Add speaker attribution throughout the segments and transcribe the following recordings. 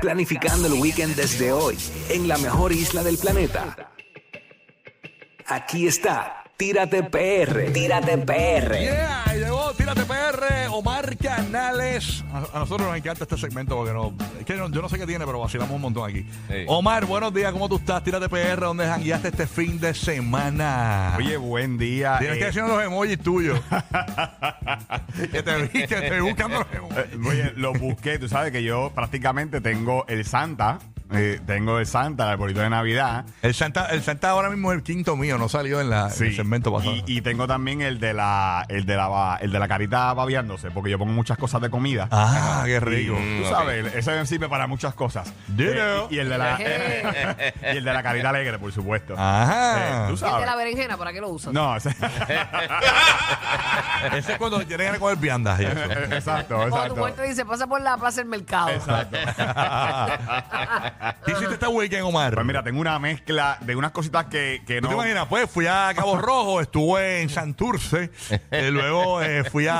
Speaker 1: planificando el weekend desde hoy en la mejor isla del planeta. Aquí está, tírate PR, tírate PR.
Speaker 2: Yeah, ahí llegó, tírate PR, Omar Canales. A, a nosotros nos encanta este segmento porque no, es que no- yo no sé qué tiene, pero vacilamos un montón aquí.
Speaker 3: Sí.
Speaker 2: Omar, buenos días, ¿cómo tú estás? Tírate PR, ¿dónde jangueaste este fin de semana?
Speaker 3: Oye, buen día.
Speaker 2: Tienes
Speaker 3: eh,
Speaker 2: que decirnos los emojis tuyos. que te vi, que te vi buscando los
Speaker 3: eh,
Speaker 2: emojis.
Speaker 3: oye, lo busqué. Tú sabes que yo prácticamente tengo el Santa. eh, tengo el Santa, el arbolito de Navidad.
Speaker 2: El Santa, el Santa ahora mismo es el quinto mío, no salió en, la, en el segmento pasado.
Speaker 3: y, y tengo también el de la el de la ba- el de la carita babeándose, porque yo pongo muchas cosas de comida.
Speaker 2: ah, qué
Speaker 3: Y,
Speaker 2: rico.
Speaker 3: tú sabes, el- ese sirve para muchas cosas. Eh,
Speaker 2: You know.
Speaker 3: y, y el de la y el de la carita alegre, por supuesto.
Speaker 2: Ah.
Speaker 3: Eh,
Speaker 2: Ajá.
Speaker 3: tú
Speaker 4: El de
Speaker 3: sabes.
Speaker 4: la berenjena, ¿para qué lo usas?
Speaker 3: No, ese-
Speaker 2: Ese es cuando tienen que comer viandas y eso.
Speaker 3: exacto,
Speaker 4: Cuando tu
Speaker 3: exacto.
Speaker 4: mujer te dice, pasa por la plaza del mercado.
Speaker 3: Exacto.
Speaker 2: ¿Qué hiciste este weekend, Omar?
Speaker 3: Pues mira, tengo una mezcla de unas cositas que, que
Speaker 2: ¿Tú
Speaker 3: no.
Speaker 2: te imaginas? Pues fui a Cabo Rojo, estuve en Santurce, eh, luego eh, fui a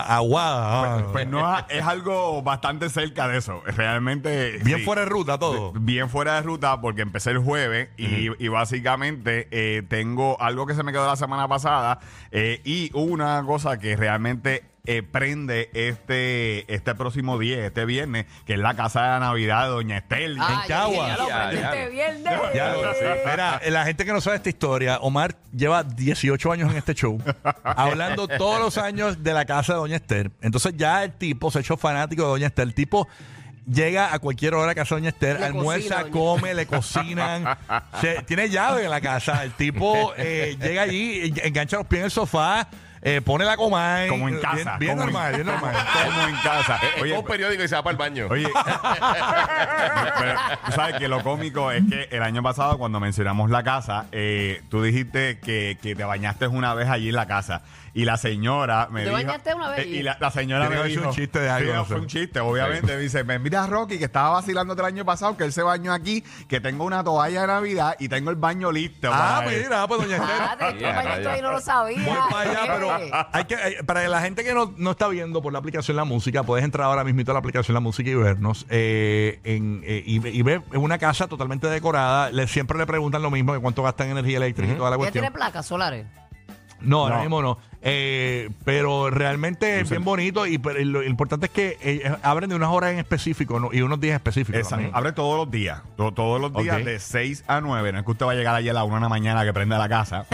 Speaker 2: ah, Aguada. ¿no?
Speaker 3: Pues no es- es algo bastante cerca de eso. Realmente.
Speaker 2: Bien
Speaker 3: sí.
Speaker 2: fuera de ruta todo.
Speaker 3: Bien fuera de ruta porque empecé el jueves y, y básicamente eh, tengo algo que se me quedó la semana pasada eh, y una cosa que realmente eh, prende este, este próximo día, este viernes, que es la casa de la Navidad de Doña Estel.
Speaker 4: Ah,
Speaker 2: En
Speaker 4: ya dije,
Speaker 2: Cagua.
Speaker 4: Ya, lo
Speaker 3: Ya,
Speaker 4: aprendí
Speaker 3: ya.
Speaker 4: este viernes.
Speaker 2: Ya lo- Mira, eh, la gente que no sabe esta historia, Omar lleva 18 años en este show, hablando todos los años de la casa de Doña Esther. Entonces ya el tipo se ha hecho fanático de Doña Esther. El tipo llega a cualquier hora a casa de Doña Esther,
Speaker 4: Le
Speaker 2: almuerza,
Speaker 4: cocina, doña.
Speaker 2: come, le cocinan. Se- tiene llave en la casa. El tipo eh, llega allí, engancha los pies en el sofá, eh, pone la coma.
Speaker 3: Como en casa.
Speaker 2: Bien, bien
Speaker 3: como en-
Speaker 2: normal, bien normal.
Speaker 3: Como en
Speaker 2: Eh,
Speaker 3: casa.
Speaker 5: Oye, Eh, un periódico y se va para el baño.
Speaker 3: Oye, pero tú sabes que lo cómico es que el año pasado cuando mencionamos la casa, eh, tú dijiste que, que te bañaste una vez allí en la casa y la señora me
Speaker 4: ¿Te
Speaker 3: dijo...
Speaker 4: bañaste una vez
Speaker 3: eh, y la, la
Speaker 2: Tiene
Speaker 3: señora
Speaker 2: que
Speaker 3: me
Speaker 2: haber sido
Speaker 3: dijo...
Speaker 2: un chiste de algo,
Speaker 3: Sí,
Speaker 2: no
Speaker 3: no,
Speaker 2: sé.
Speaker 3: fue un chiste, obviamente. Me dice, me mira Rocky que estaba vacilándote el año pasado, que él se bañó aquí, que tengo una toalla de Navidad y tengo el baño listo.
Speaker 2: Ah,
Speaker 3: para él".
Speaker 2: mira, pues Doña Esther.
Speaker 4: Ah, te
Speaker 5: Ya,
Speaker 4: compañero
Speaker 5: ya.
Speaker 4: ahí no lo sabía.
Speaker 2: Voy para allá,
Speaker 4: Eh.
Speaker 2: pero hay que, hay- para la gente que no, no está viendo por la aplicación La Música, puedes entrar ahora mismito a la aplicación La Música y vernos. eh, en, eh, y, ve- y ver una casa totalmente decorada. Le- siempre le preguntan lo mismo de cuánto gastan en energía eléctrica y toda la
Speaker 4: ¿Ya
Speaker 2: cuestión.
Speaker 4: tiene placas solares?
Speaker 2: No, ahora
Speaker 3: No.
Speaker 2: mismo no. Eh, pero realmente es bien bonito y pero lo importante es que eh, abren de unas horas en específico ¿no? y unos días específicos.
Speaker 3: Exacto.
Speaker 2: también.
Speaker 3: Abre todos los días. To- todos los días
Speaker 2: Ok.
Speaker 3: de 6 a 9. No es que usted va a llegar allí a la 1 de la mañana que prenda la casa.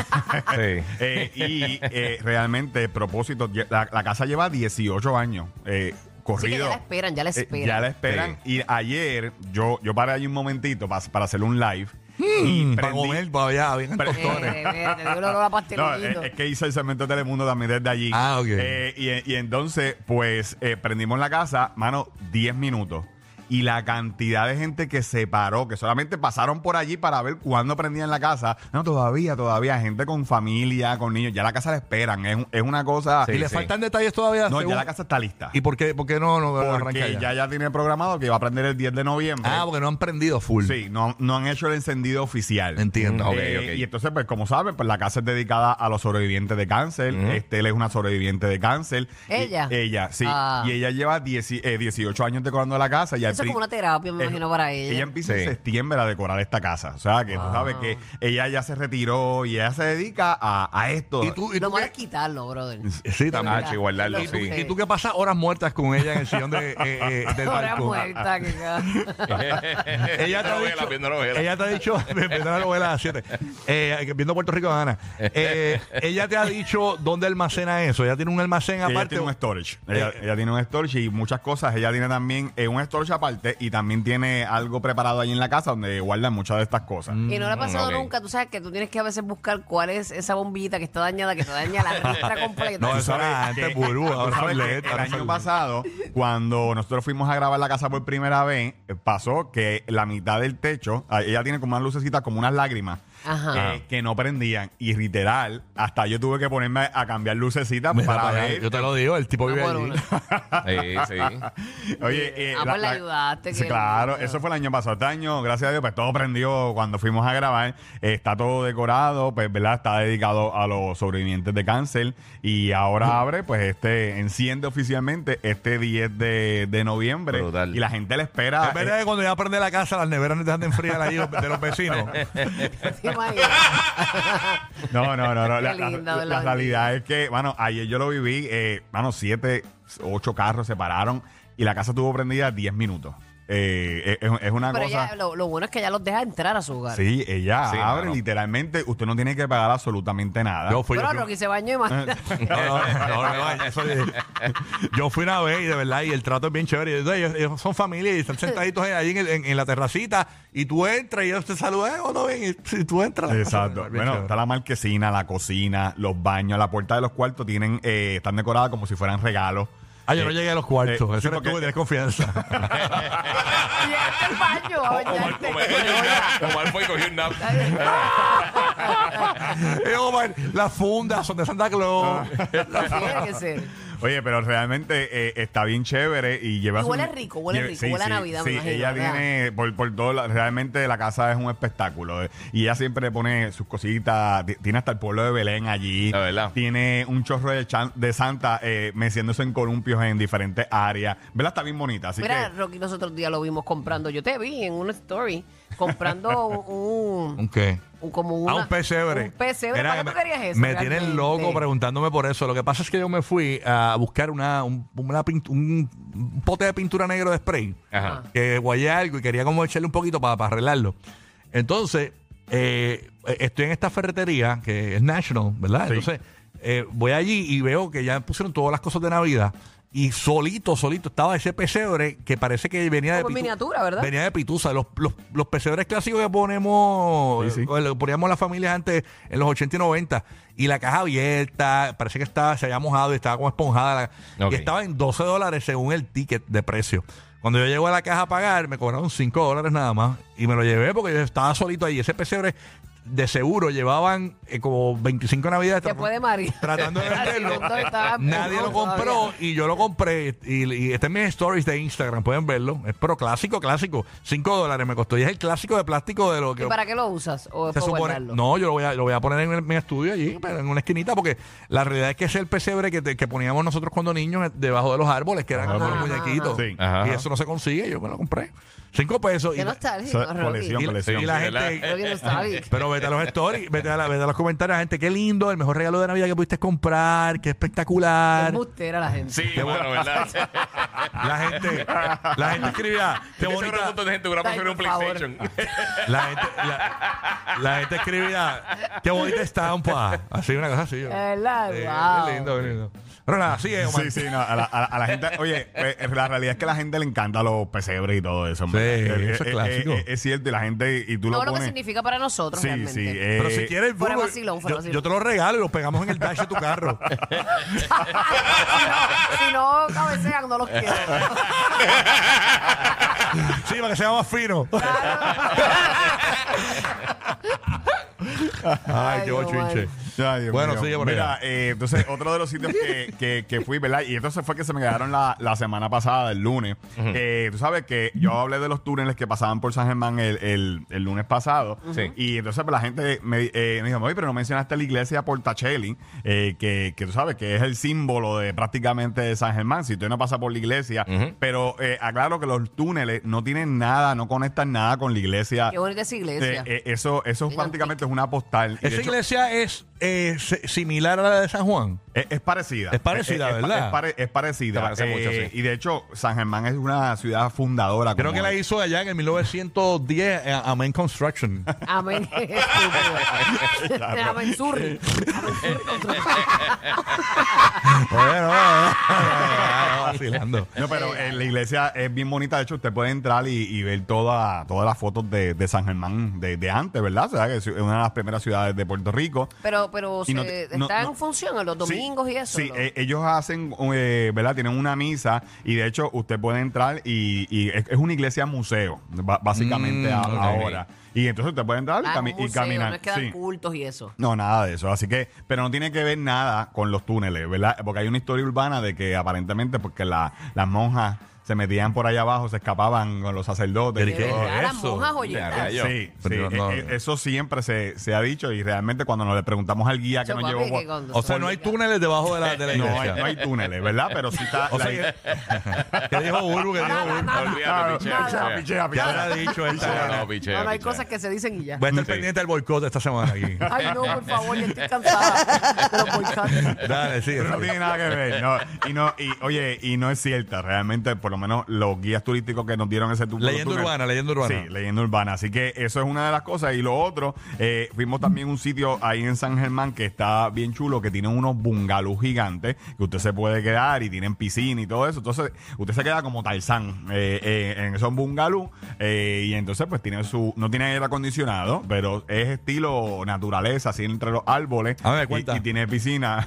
Speaker 3: Eh, y eh, realmente, propósito, lle- la, la casa lleva 18 años eh,
Speaker 4: Así que ya
Speaker 3: corrido.
Speaker 4: la esperan, ya la
Speaker 3: Eh,
Speaker 4: esperan.
Speaker 3: ya la esperan. Y ayer yo, yo paré allí un momentito pa- para hacer un live.
Speaker 2: Hmm.
Speaker 3: Y
Speaker 2: Para
Speaker 3: prendí-
Speaker 2: comer, para allá, bien
Speaker 3: Pero-
Speaker 2: antojado.
Speaker 3: esperan.
Speaker 4: Eh, eh, te dio el olor a
Speaker 3: No,
Speaker 4: pastelito.
Speaker 3: es, es que hice el segmento de Telemundo también desde allí.
Speaker 2: Ah, ok.
Speaker 3: Eh, y, y entonces, pues, eh, prendimos la casa, mano, 10 minutos. Y la cantidad de gente que se paró, que solamente pasaron por allí para ver cuándo prendían la casa. No, todavía, todavía, gente con familia, con niños. Ya la casa la esperan. Es, un- es una cosa.
Speaker 2: Y le
Speaker 5: sí.
Speaker 2: faltan detalles todavía.
Speaker 3: No, ya
Speaker 2: según-
Speaker 3: la casa está lista.
Speaker 2: ¿Y por qué, por qué no, no arranca
Speaker 3: porque
Speaker 2: ya?
Speaker 3: ya ya tiene programado que va a prender el 10 de noviembre.
Speaker 2: Ah, porque no han prendido full.
Speaker 3: Sí, no, no han hecho el encendido oficial.
Speaker 2: Entiendo.
Speaker 5: No. Ok,
Speaker 3: Eh,
Speaker 5: ok.
Speaker 3: Y entonces, pues como saben, pues la casa es dedicada a los sobrevivientes de cáncer. Estel es una sobreviviente de cáncer.
Speaker 4: ¿Ella?
Speaker 3: Y- ella, sí.
Speaker 4: Ah.
Speaker 3: Y ella lleva 10 eh, 18 años decorando la casa. Y al
Speaker 4: Eso es
Speaker 3: prin-
Speaker 4: como una terapia, me
Speaker 3: eh,
Speaker 4: imagino, para ella.
Speaker 3: Ella empieza en
Speaker 5: Sí.
Speaker 3: septiembre a decorar esta casa. O sea, que tú sabes que ella ya se retiró y ella se dedica a, a esto.
Speaker 2: ¿Y tú, y
Speaker 4: Lo
Speaker 2: tú
Speaker 4: malo
Speaker 2: qué-
Speaker 4: es quitarlo, brother.
Speaker 2: Sí, también.
Speaker 5: Ah, chico, guardarlo,
Speaker 4: Lo
Speaker 5: sí.
Speaker 4: que-
Speaker 2: ¿Y tú que pasas horas muertas con ella en el sillón de, eh, eh, del
Speaker 4: Ahora
Speaker 2: balcón?
Speaker 4: muerta, que ya.
Speaker 5: Eh,
Speaker 2: Ella te, ha dicho,
Speaker 5: Viendo novelas, viendo novelas.
Speaker 2: ella te ha dicho, viendo la novela a las 7, eh, viendo Puerto Rico Ana, eh, ella te ha dicho dónde almacena eso, ella tiene un almacén
Speaker 3: Ella
Speaker 2: aparte.
Speaker 3: tiene un storage. Ella, ella tiene un storage y muchas cosas. Ella tiene también eh, un storage aparte y también tiene algo preparado ahí en la casa donde guardan muchas de estas cosas.
Speaker 4: Y no le ha pasado
Speaker 5: ok.
Speaker 4: nunca, tú sabes que tú tienes que a veces buscar cuál es esa bombillita que está dañada, que te daña la ristra completa.
Speaker 2: No, eso
Speaker 3: sabes
Speaker 2: era
Speaker 3: que-
Speaker 2: antes burú,
Speaker 3: Tú
Speaker 2: ahora
Speaker 3: sabes
Speaker 2: son
Speaker 3: que
Speaker 2: letas,
Speaker 3: el
Speaker 2: ahora son
Speaker 3: año
Speaker 2: letas.
Speaker 3: pasado, cuando nosotros fuimos a grabar la casa por primera vez, eh, pasó que la mitad del techo, ah, ella tiene como unas lucecitas, como unas lágrimas.
Speaker 4: Ajá.
Speaker 3: eh, que no prendían. Y literal, hasta yo tuve que ponerme a- a cambiar lucecitas
Speaker 2: Mira
Speaker 3: para
Speaker 2: para allá,
Speaker 3: ver.
Speaker 2: yo te lo digo, el tipo
Speaker 4: Una
Speaker 2: vive
Speaker 4: por
Speaker 2: allí.
Speaker 4: una.
Speaker 5: Sí, sí.
Speaker 3: Oye, eh,
Speaker 4: Ah, pues le ayudaste,
Speaker 3: sí,
Speaker 4: que-
Speaker 3: claro, eso fue el año pasado. Este año, gracias a Dios, pues todo prendió cuando fuimos a grabar. Eh, está todo decorado, pues, ¿verdad? Está dedicado a los sobrevivientes de cáncer. Y ahora abre, pues, este, enciende oficialmente este 10 de, de noviembre.
Speaker 5: Brutal.
Speaker 3: Y la gente le espera. eh,
Speaker 2: Es verdad que cuando ya prende la casa, las neveras no te dejan enfriar ahí de los vecinos.
Speaker 4: ¿Te imaginas?
Speaker 3: No, no, no, no.
Speaker 4: Qué
Speaker 3: La,
Speaker 4: lindo,
Speaker 3: la-
Speaker 4: ¿verdad?
Speaker 3: la realidad es que, bueno, ayer yo lo viví, eh, mano, siete, ocho carros se pararon y la casa estuvo prendida 10 minutos. Eh, es, es una
Speaker 4: Pero
Speaker 3: cosa.
Speaker 4: ella, lo, lo bueno es que ella los deja entrar a su hogar.
Speaker 3: Sí, ella
Speaker 5: Sí,
Speaker 3: abre
Speaker 5: mano.
Speaker 3: literalmente, usted no tiene que pagar absolutamente nada.
Speaker 2: Yo fui.
Speaker 4: Pero
Speaker 2: yo fui-
Speaker 4: Rocky se bañó y más.
Speaker 2: No, no, no, no, no, eso es- yo fui una vez y de verdad, y el trato es bien chévere. Ellos, ellos- ellos son familia y están sentaditos ahí en, el- en- en la terracita y tú entras y ellos te saludan o no ven y, y tú entras.
Speaker 3: Exacto.
Speaker 2: Bien
Speaker 3: Bueno,
Speaker 2: chévere.
Speaker 3: está la marquesina, la cocina, los baños, la puerta de los cuartos tienen, eh, están decoradas como si fueran regalos.
Speaker 2: Ah, yo no
Speaker 3: Eh,
Speaker 2: llegué a los cuartos.
Speaker 3: eh, sí,
Speaker 2: Eso eres
Speaker 3: porque-
Speaker 2: tú, tienes confianza.
Speaker 4: Llega al este baño a
Speaker 5: Omar,
Speaker 4: bañarte.
Speaker 5: Omar- Omar fue y cogió un nap.
Speaker 2: Eh, Omar, las fundas son de Santa Claus.
Speaker 4: Tiene que ser.
Speaker 3: Oye, pero realmente eh, está bien chévere y lleva.
Speaker 4: Y
Speaker 3: su-
Speaker 4: huele rico, huele
Speaker 3: lleva-
Speaker 4: rico, huele a Navidad,
Speaker 3: Sí,
Speaker 4: me imagino,
Speaker 3: ella
Speaker 4: ¿verdad?
Speaker 3: tiene por, por todo. la- Realmente la casa es un espectáculo eh, y ella siempre pone sus cositas. ti- Tiene hasta el pueblo de Belén allí.
Speaker 5: La verdad.
Speaker 3: Tiene un chorro de, chan- de Santa eh, meciéndose en columpios en diferentes áreas. ¿Verdad? Está bien bonita. Así
Speaker 4: Mira,
Speaker 3: que
Speaker 4: Rocky, los otros días lo vimos comprando. Yo te vi en una story comprando un. un-
Speaker 2: qué?
Speaker 4: un- como una,
Speaker 2: a Ah, un pesebre.
Speaker 4: Un pesebre.
Speaker 2: Mira,
Speaker 4: ¿Para qué
Speaker 2: me-
Speaker 4: tú querías eso?
Speaker 2: Me tienen loco
Speaker 4: realmente?
Speaker 2: preguntándome por eso. Lo que pasa es que yo me fui a buscar una, un, una pint- un pote de pintura negro de spray.
Speaker 5: Ajá.
Speaker 4: Ah.
Speaker 2: Que guayé algo y quería como echarle un poquito para, para arreglarlo. Entonces, eh, estoy en esta ferretería que es National, ¿verdad?
Speaker 3: Sí.
Speaker 2: Entonces, eh, voy allí y veo que ya pusieron todas las cosas de Navidad. Y solito, solito estaba ese pesebre que parece que venía
Speaker 4: Como
Speaker 2: de
Speaker 4: en
Speaker 2: pitu-
Speaker 4: miniatura, ¿verdad?
Speaker 2: Venía de Pitusa. Los, los, los pesebres clásicos que ponemos,
Speaker 3: Sí, sí.
Speaker 2: o lo poníamos las familias antes en los 80 y 90. Y la caja abierta, parece que estaba, se había mojado y estaba como esponjada. la-
Speaker 5: Ok.
Speaker 2: Y estaba en 12 dólares según el ticket de precio. Cuando yo llego a la caja a pagar, me cobraron 5 dólares nada más. Y me lo llevé porque yo estaba solito ahí. Ese pesebre de seguro llevaban eh, como 25 navidades.
Speaker 4: Que
Speaker 2: tra-
Speaker 4: puede María.
Speaker 2: Tratando de venderlo.
Speaker 4: Todo estaba
Speaker 2: Nadie lo
Speaker 4: empujado
Speaker 2: compró
Speaker 4: Ah, pues, todavía.
Speaker 2: y yo lo compré. Y, y está en mis stories de Instagram, pueden verlo. Es pero clásico, clásico. 5 dólares me costó. Y es el clásico de plástico de lo que.
Speaker 4: ¿Y para qué lo usas? ¿O
Speaker 2: se
Speaker 4: para
Speaker 2: supone-
Speaker 4: guardarlo?
Speaker 2: no, yo lo voy, a, lo voy a poner en el- mi estudio allí, pero en una esquinita, porque la realidad es que es el pesebre que, te- que poníamos nosotros cuando niños eh, debajo de los árboles, que eran
Speaker 3: Ajá,
Speaker 2: como los
Speaker 3: ajá,
Speaker 2: muñequitos.
Speaker 3: ajá. Sí.
Speaker 5: Ajá.
Speaker 2: Y eso no se consigue, yo me lo compré. 5 pesos.
Speaker 4: Qué
Speaker 2: y,
Speaker 4: nostálgico,
Speaker 3: Eso es
Speaker 4: Rocky.
Speaker 3: colección.
Speaker 2: y la-
Speaker 3: Sí,
Speaker 2: y la
Speaker 5: ¿verdad?
Speaker 2: gente.
Speaker 4: Rocky nostálgico.
Speaker 2: Pero vete a los stories, vete a, la- vete a los comentarios, gente, qué lindo, el mejor regalo de Navidad que pudiste comprar, qué
Speaker 4: Qué
Speaker 2: espectacular.
Speaker 4: embustera la gente.
Speaker 5: Sí, bueno, ¿verdad?
Speaker 2: La gente, la gente escribía, qué
Speaker 5: Yo seguro que un
Speaker 2: bonita.
Speaker 5: montón de gente hubiera
Speaker 4: Ay,
Speaker 5: preferido un
Speaker 4: por favor.
Speaker 5: PlayStation.
Speaker 2: La gente, la, la gente escribía, qué bonita estampa. Así, una cosa así. yo.
Speaker 4: Es verdad,
Speaker 2: Sí,
Speaker 4: wow.
Speaker 2: qué lindo, qué lindo. Pero nada, sigue, Omar.
Speaker 3: Sí, sí, no, a la, a la- a la gente, oye, eh, la realidad es que a la gente le encanta los pesebres y todo eso. hombre.
Speaker 2: Sí,
Speaker 3: Eh,
Speaker 2: eso es
Speaker 3: eh,
Speaker 2: clásico.
Speaker 3: eh, es cierto, y la gente, y tú
Speaker 4: Todo
Speaker 3: lo
Speaker 4: lo que
Speaker 3: pones.
Speaker 4: significa para nosotros
Speaker 3: sí,
Speaker 4: realmente.
Speaker 3: sí. eh,
Speaker 2: Pero si quieres,
Speaker 4: fuera
Speaker 2: Burbu,
Speaker 4: vacilón, fuera
Speaker 2: yo,
Speaker 4: vacilón.
Speaker 2: yo te lo regalo y lo pegamos en el dash de tu carro.
Speaker 4: si no cabecean, no los quiero.
Speaker 2: Sí, para que sea más fino. Ay,
Speaker 4: Ay,
Speaker 2: qué bochinche.
Speaker 4: Omar.
Speaker 3: Ay, Dios
Speaker 2: Bueno,
Speaker 3: mío.
Speaker 2: sigue por
Speaker 3: Mira,
Speaker 2: allá.
Speaker 3: eh, entonces, otro de los sitios que, que- que fui, ¿verdad? Y entonces fue que se me quedaron la, la semana pasada, el lunes. Eh, tú sabes que yo hablé de los túneles que pasaban por San Germán el, el- el lunes pasado.
Speaker 5: Sí.
Speaker 3: Y entonces pues, la gente me, eh, me dijo, oye, pero no mencionaste la iglesia Portacelli, eh, que, que tú sabes que es el símbolo de prácticamente de San Germán. Si tú no pasas por la iglesia, pero eh, aclaro que los túneles no tienen nada, no conectan nada con la iglesia.
Speaker 4: Qué bonita esa iglesia.
Speaker 3: Eh, eh, eso eso
Speaker 4: Bien
Speaker 3: prácticamente es una postal. Y
Speaker 2: Esa
Speaker 3: de hecho,
Speaker 2: iglesia es eh, se- similar a la de San Juan.
Speaker 3: es, es parecida.
Speaker 2: Es parecida,
Speaker 3: es- es-
Speaker 2: ¿verdad?
Speaker 3: Es, pare- es parecida. Eh,
Speaker 5: Se parece mucho, sí.
Speaker 3: Y de hecho, San Germán es una ciudad fundadora.
Speaker 2: Creo
Speaker 3: como
Speaker 2: que la
Speaker 3: es.
Speaker 2: hizo allá en el 1910 eh, Amen Construction.
Speaker 4: Amén. Estúpido. Amén, Surri.
Speaker 2: Bueno, Ah, vacilando.
Speaker 3: No, pero eh, la iglesia es bien bonita. De hecho, usted puede entrar y, y ver toda- todas las fotos de, de San Germán de, de antes, ¿verdad? O sea, que es una de las primeras ciudades de Puerto Rico.
Speaker 4: Pero, pero
Speaker 3: Y no
Speaker 4: se-
Speaker 3: te- no-
Speaker 4: está
Speaker 3: no-
Speaker 4: en función en los
Speaker 3: Sí,
Speaker 4: domingos. gringos y eso.
Speaker 3: Sí,
Speaker 4: ¿no?
Speaker 3: eh, ellos hacen, eh, ¿verdad? Tienen una misa y de hecho usted puede entrar y, y es, es una iglesia museo, ba- básicamente
Speaker 2: Mm,
Speaker 3: a-
Speaker 2: ok.
Speaker 3: ahora. Y entonces usted puede entrar y,
Speaker 4: Ah,
Speaker 3: cami-
Speaker 4: como
Speaker 3: y
Speaker 4: museo,
Speaker 3: caminar.
Speaker 4: No es que dan
Speaker 3: sí.
Speaker 4: cultos y eso.
Speaker 3: No, nada de eso. Así que, pero no tiene que ver nada con los túneles, ¿verdad? Porque hay una historia urbana de que aparentemente, porque la- las monjas se metían por allá abajo, se escapaban con los sacerdotes.
Speaker 2: ¿Pero
Speaker 3: y
Speaker 2: qué
Speaker 3: todo.
Speaker 2: es
Speaker 4: verdad, las
Speaker 2: eso?
Speaker 4: monjas
Speaker 5: Ya,
Speaker 4: joyitas.
Speaker 5: rayo.
Speaker 3: Sí,
Speaker 2: Pero
Speaker 3: sí,
Speaker 2: no-
Speaker 3: eh, eh, eso siempre se, se ha dicho y realmente cuando nos le preguntamos al guía que
Speaker 4: Yo,
Speaker 3: nos
Speaker 4: papi,
Speaker 3: llevó...
Speaker 4: que con-
Speaker 2: O sea, no hay túneles debajo de la, de la
Speaker 3: No hay,
Speaker 2: iglesia.
Speaker 3: no hay túneles, ¿verdad? Pero sí está...
Speaker 2: O
Speaker 3: la-
Speaker 2: sea, que, que dijo Urbu, que dijo Urbu.
Speaker 3: Claro,
Speaker 5: Olvídate, pichea,
Speaker 3: pichea,
Speaker 5: pichea.
Speaker 3: pichea,
Speaker 2: Ya
Speaker 3: pichea.
Speaker 2: habrá dicho él.
Speaker 5: No, no,
Speaker 2: Va
Speaker 5: pichea,
Speaker 4: No, no hay
Speaker 5: pichea.
Speaker 4: cosas que se dicen y
Speaker 2: a
Speaker 4: ya.
Speaker 2: estar
Speaker 3: Sí.
Speaker 2: pendiente del boicot esta semana aquí.
Speaker 4: Ay, no, por favor, yo estoy cansada. Pero por favor.
Speaker 2: Dale, sí.
Speaker 3: Pero no tiene nada que ver. no. Y no, y oye, y no es cierta. Realmente, por lo menos los guías turísticos que nos dieron ese tu-
Speaker 2: Leyenda
Speaker 3: túnel-
Speaker 2: urbana, leyenda urbana.
Speaker 3: Sí, leyenda urbana. Así que eso es una de las cosas. Y lo otro, eh, fuimos también a un sitio ahí en San Germán que está bien chulo, que tiene unos bungalows gigantes que usted se puede quedar y tienen piscina y todo eso. Entonces, usted se queda como Tarzán eh, eh, en esos bungalows. eh, y entonces, pues tiene su. No tiene aire acondicionado, pero es estilo naturaleza, así entre los árboles.
Speaker 2: A ver,
Speaker 3: Y-
Speaker 2: cuenta.
Speaker 3: y tiene piscina.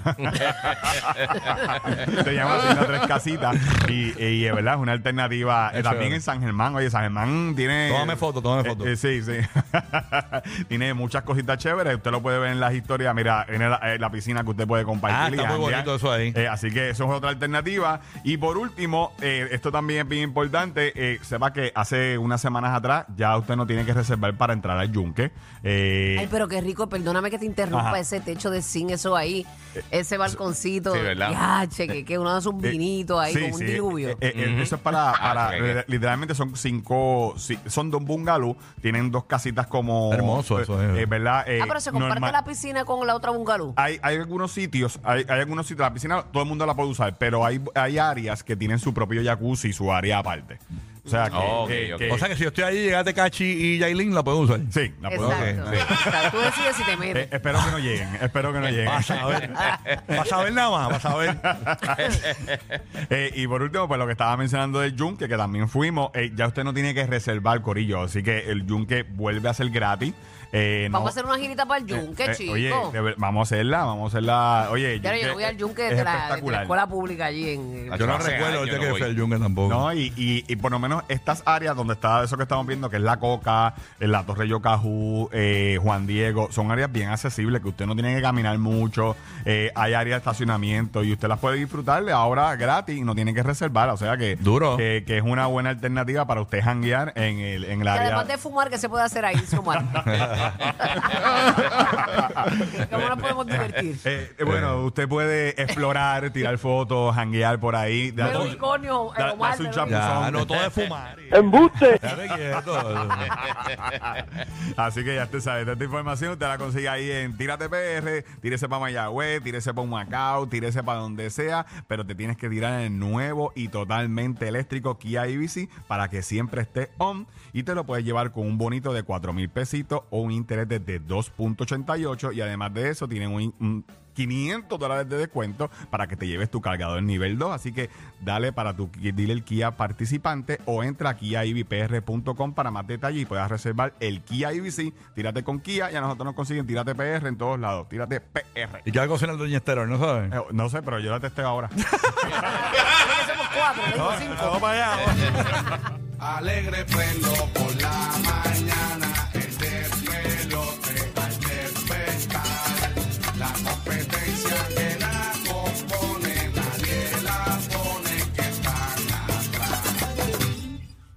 Speaker 3: Se llama Hacienda Tres Casitas. Y, y es verdad, es una alternativa. Eh,
Speaker 2: Es
Speaker 3: También
Speaker 2: chévere.
Speaker 3: en San Germán. Oye, San Germán tiene.
Speaker 2: Tómame foto, tómame
Speaker 3: Eh,
Speaker 2: foto.
Speaker 3: eh, sí, sí. tiene muchas cositas chéveres. Usted lo puede ver en las historias. Mira, en la, eh, la piscina que usted puede compartir.
Speaker 2: Ah, está
Speaker 3: y
Speaker 2: muy
Speaker 3: janguear.
Speaker 2: bonito eso ahí.
Speaker 3: Eh, así que eso es otra alternativa. Y por último, eh, esto también es bien importante. eh, sepa que hace unas semanas atrás ya usted no tiene que reservar para entrar al yunque. Eh,
Speaker 4: Ay, pero qué rico, perdóname que te interrumpa
Speaker 3: Ajá.
Speaker 4: ese techo de zinc, eso ahí, ese balconcito.
Speaker 5: sí, ¿verdad?
Speaker 4: Ya, che, que, que uno hace un
Speaker 3: Eh,
Speaker 4: vinito ahí
Speaker 3: sí,
Speaker 4: con un
Speaker 3: sí,
Speaker 4: diluvio.
Speaker 3: eh, eh, eh, Eso es para,
Speaker 2: Ah,
Speaker 3: para-
Speaker 5: sí, que-
Speaker 3: literalmente son cinco, sí, son dos bungalows, tienen dos casitas como
Speaker 2: Hermoso eso,
Speaker 3: eh,
Speaker 2: eh.
Speaker 3: eh, ¿verdad? Eh,
Speaker 4: ah, pero se comparte
Speaker 3: normal. Ah,
Speaker 4: la piscina con la otra bungalú.
Speaker 3: Hay, hay algunos sitios, hay, hay algunos sitios, la piscina todo el mundo la puede usar, pero hay, hay áreas que tienen su propio jacuzzi y su área aparte. O sea, que,
Speaker 5: Ok,
Speaker 3: que-
Speaker 5: ok.
Speaker 3: que-
Speaker 2: O sea que si yo estoy ahí, llegaste Cachi y Yailin, la puedo usar.
Speaker 3: sí, la puedo usar.
Speaker 4: Exacto.
Speaker 3: pues, sí.
Speaker 4: O sea, tú decides si te
Speaker 3: Eh,
Speaker 4: metes.
Speaker 3: espero que no lleguen, espero que no lleguen.
Speaker 2: Vas a ver. Vas a ver nada más, vas a ver.
Speaker 3: Eh, y por último, pues lo que estaba mencionando del yunque, que también fuimos, eh, ya usted no tiene que reservar, Corillo, así que el yunque vuelve a ser gratis. Eh,
Speaker 4: Vamos
Speaker 3: no-
Speaker 4: a hacer una girita para el yunque,
Speaker 3: Eh, eh,
Speaker 4: chico.
Speaker 3: Oye, de ver- vamos a hacerla, vamos a hacerla. Oye, el
Speaker 4: Claro, yo no voy al yunque de
Speaker 3: es
Speaker 4: la, de la
Speaker 3: espectacular.
Speaker 4: escuela pública allí en...
Speaker 5: Ah,
Speaker 2: Yo no
Speaker 5: Hace
Speaker 2: recuerdo
Speaker 5: años
Speaker 2: ahorita
Speaker 5: no
Speaker 2: que
Speaker 5: voy.
Speaker 2: fue el Jungle tampoco.
Speaker 3: No, y, y- y por lo menos estas áreas donde está eso que estamos viendo, que es la Coca, eh, la Torre Yocajú, eh, Juan Diego, son áreas bien accesibles que usted no tiene que caminar mucho. eh, hay áreas de estacionamiento y usted las puede disfrutar de ahora gratis y no tiene que reservar. O sea que,
Speaker 2: Duro.
Speaker 3: que, que es una buena alternativa para usted janguear en el, en el
Speaker 4: Que
Speaker 3: área.
Speaker 4: además de fumar, ¿qué se puede hacer ahí? Sumar. ¿Cómo nos podemos divertir?
Speaker 3: Eh, eh, bueno, usted puede explorar, tirar fotos, janguear por ahí. dar-
Speaker 4: Ver unicornio,
Speaker 3: da-
Speaker 4: Omar,
Speaker 3: darse un
Speaker 4: ver
Speaker 3: chapo-
Speaker 2: Ya,
Speaker 3: son-
Speaker 2: no todo es fumar.
Speaker 6: ¡Embuste!
Speaker 2: Quédate quieto.
Speaker 3: Así que ya usted sabe, toda esta información usted la consigue ahí en Tírate PR, tírese para Mayagüez, tírese para Macao, tírese para donde sea, pero te tienes que tirar en el nuevo y totalmente eléctrico Kia IBC para que siempre esté on y te lo puedes llevar con un bonito de 4 mil pesitos o un interés de 2.88 y además de eso tienen un... un 500 dólares de descuento para que te lleves tu cargador nivel 2. Así que dale para tu el Kia participante o entra a kiaibpr.com para más detalles y puedas reservar el Kia IBC. Tírate con Kia y a nosotros nos consiguen Tírate PR en todos lados. Tírate PR.
Speaker 2: ¿Y qué va a cocinar el Doña Estero? ¿No sabes?
Speaker 3: Eh, No sé, pero yo la testeo ahora.
Speaker 4: Porque somos cuatro, le digo cinco.
Speaker 3: Vamos para allá.
Speaker 7: Alegre pelo por la mañana, el despelote al despertar. La competencia que la compone, nadie la pone que están atrás.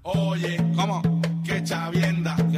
Speaker 7: Oye, ¿cómo? Que chavienda.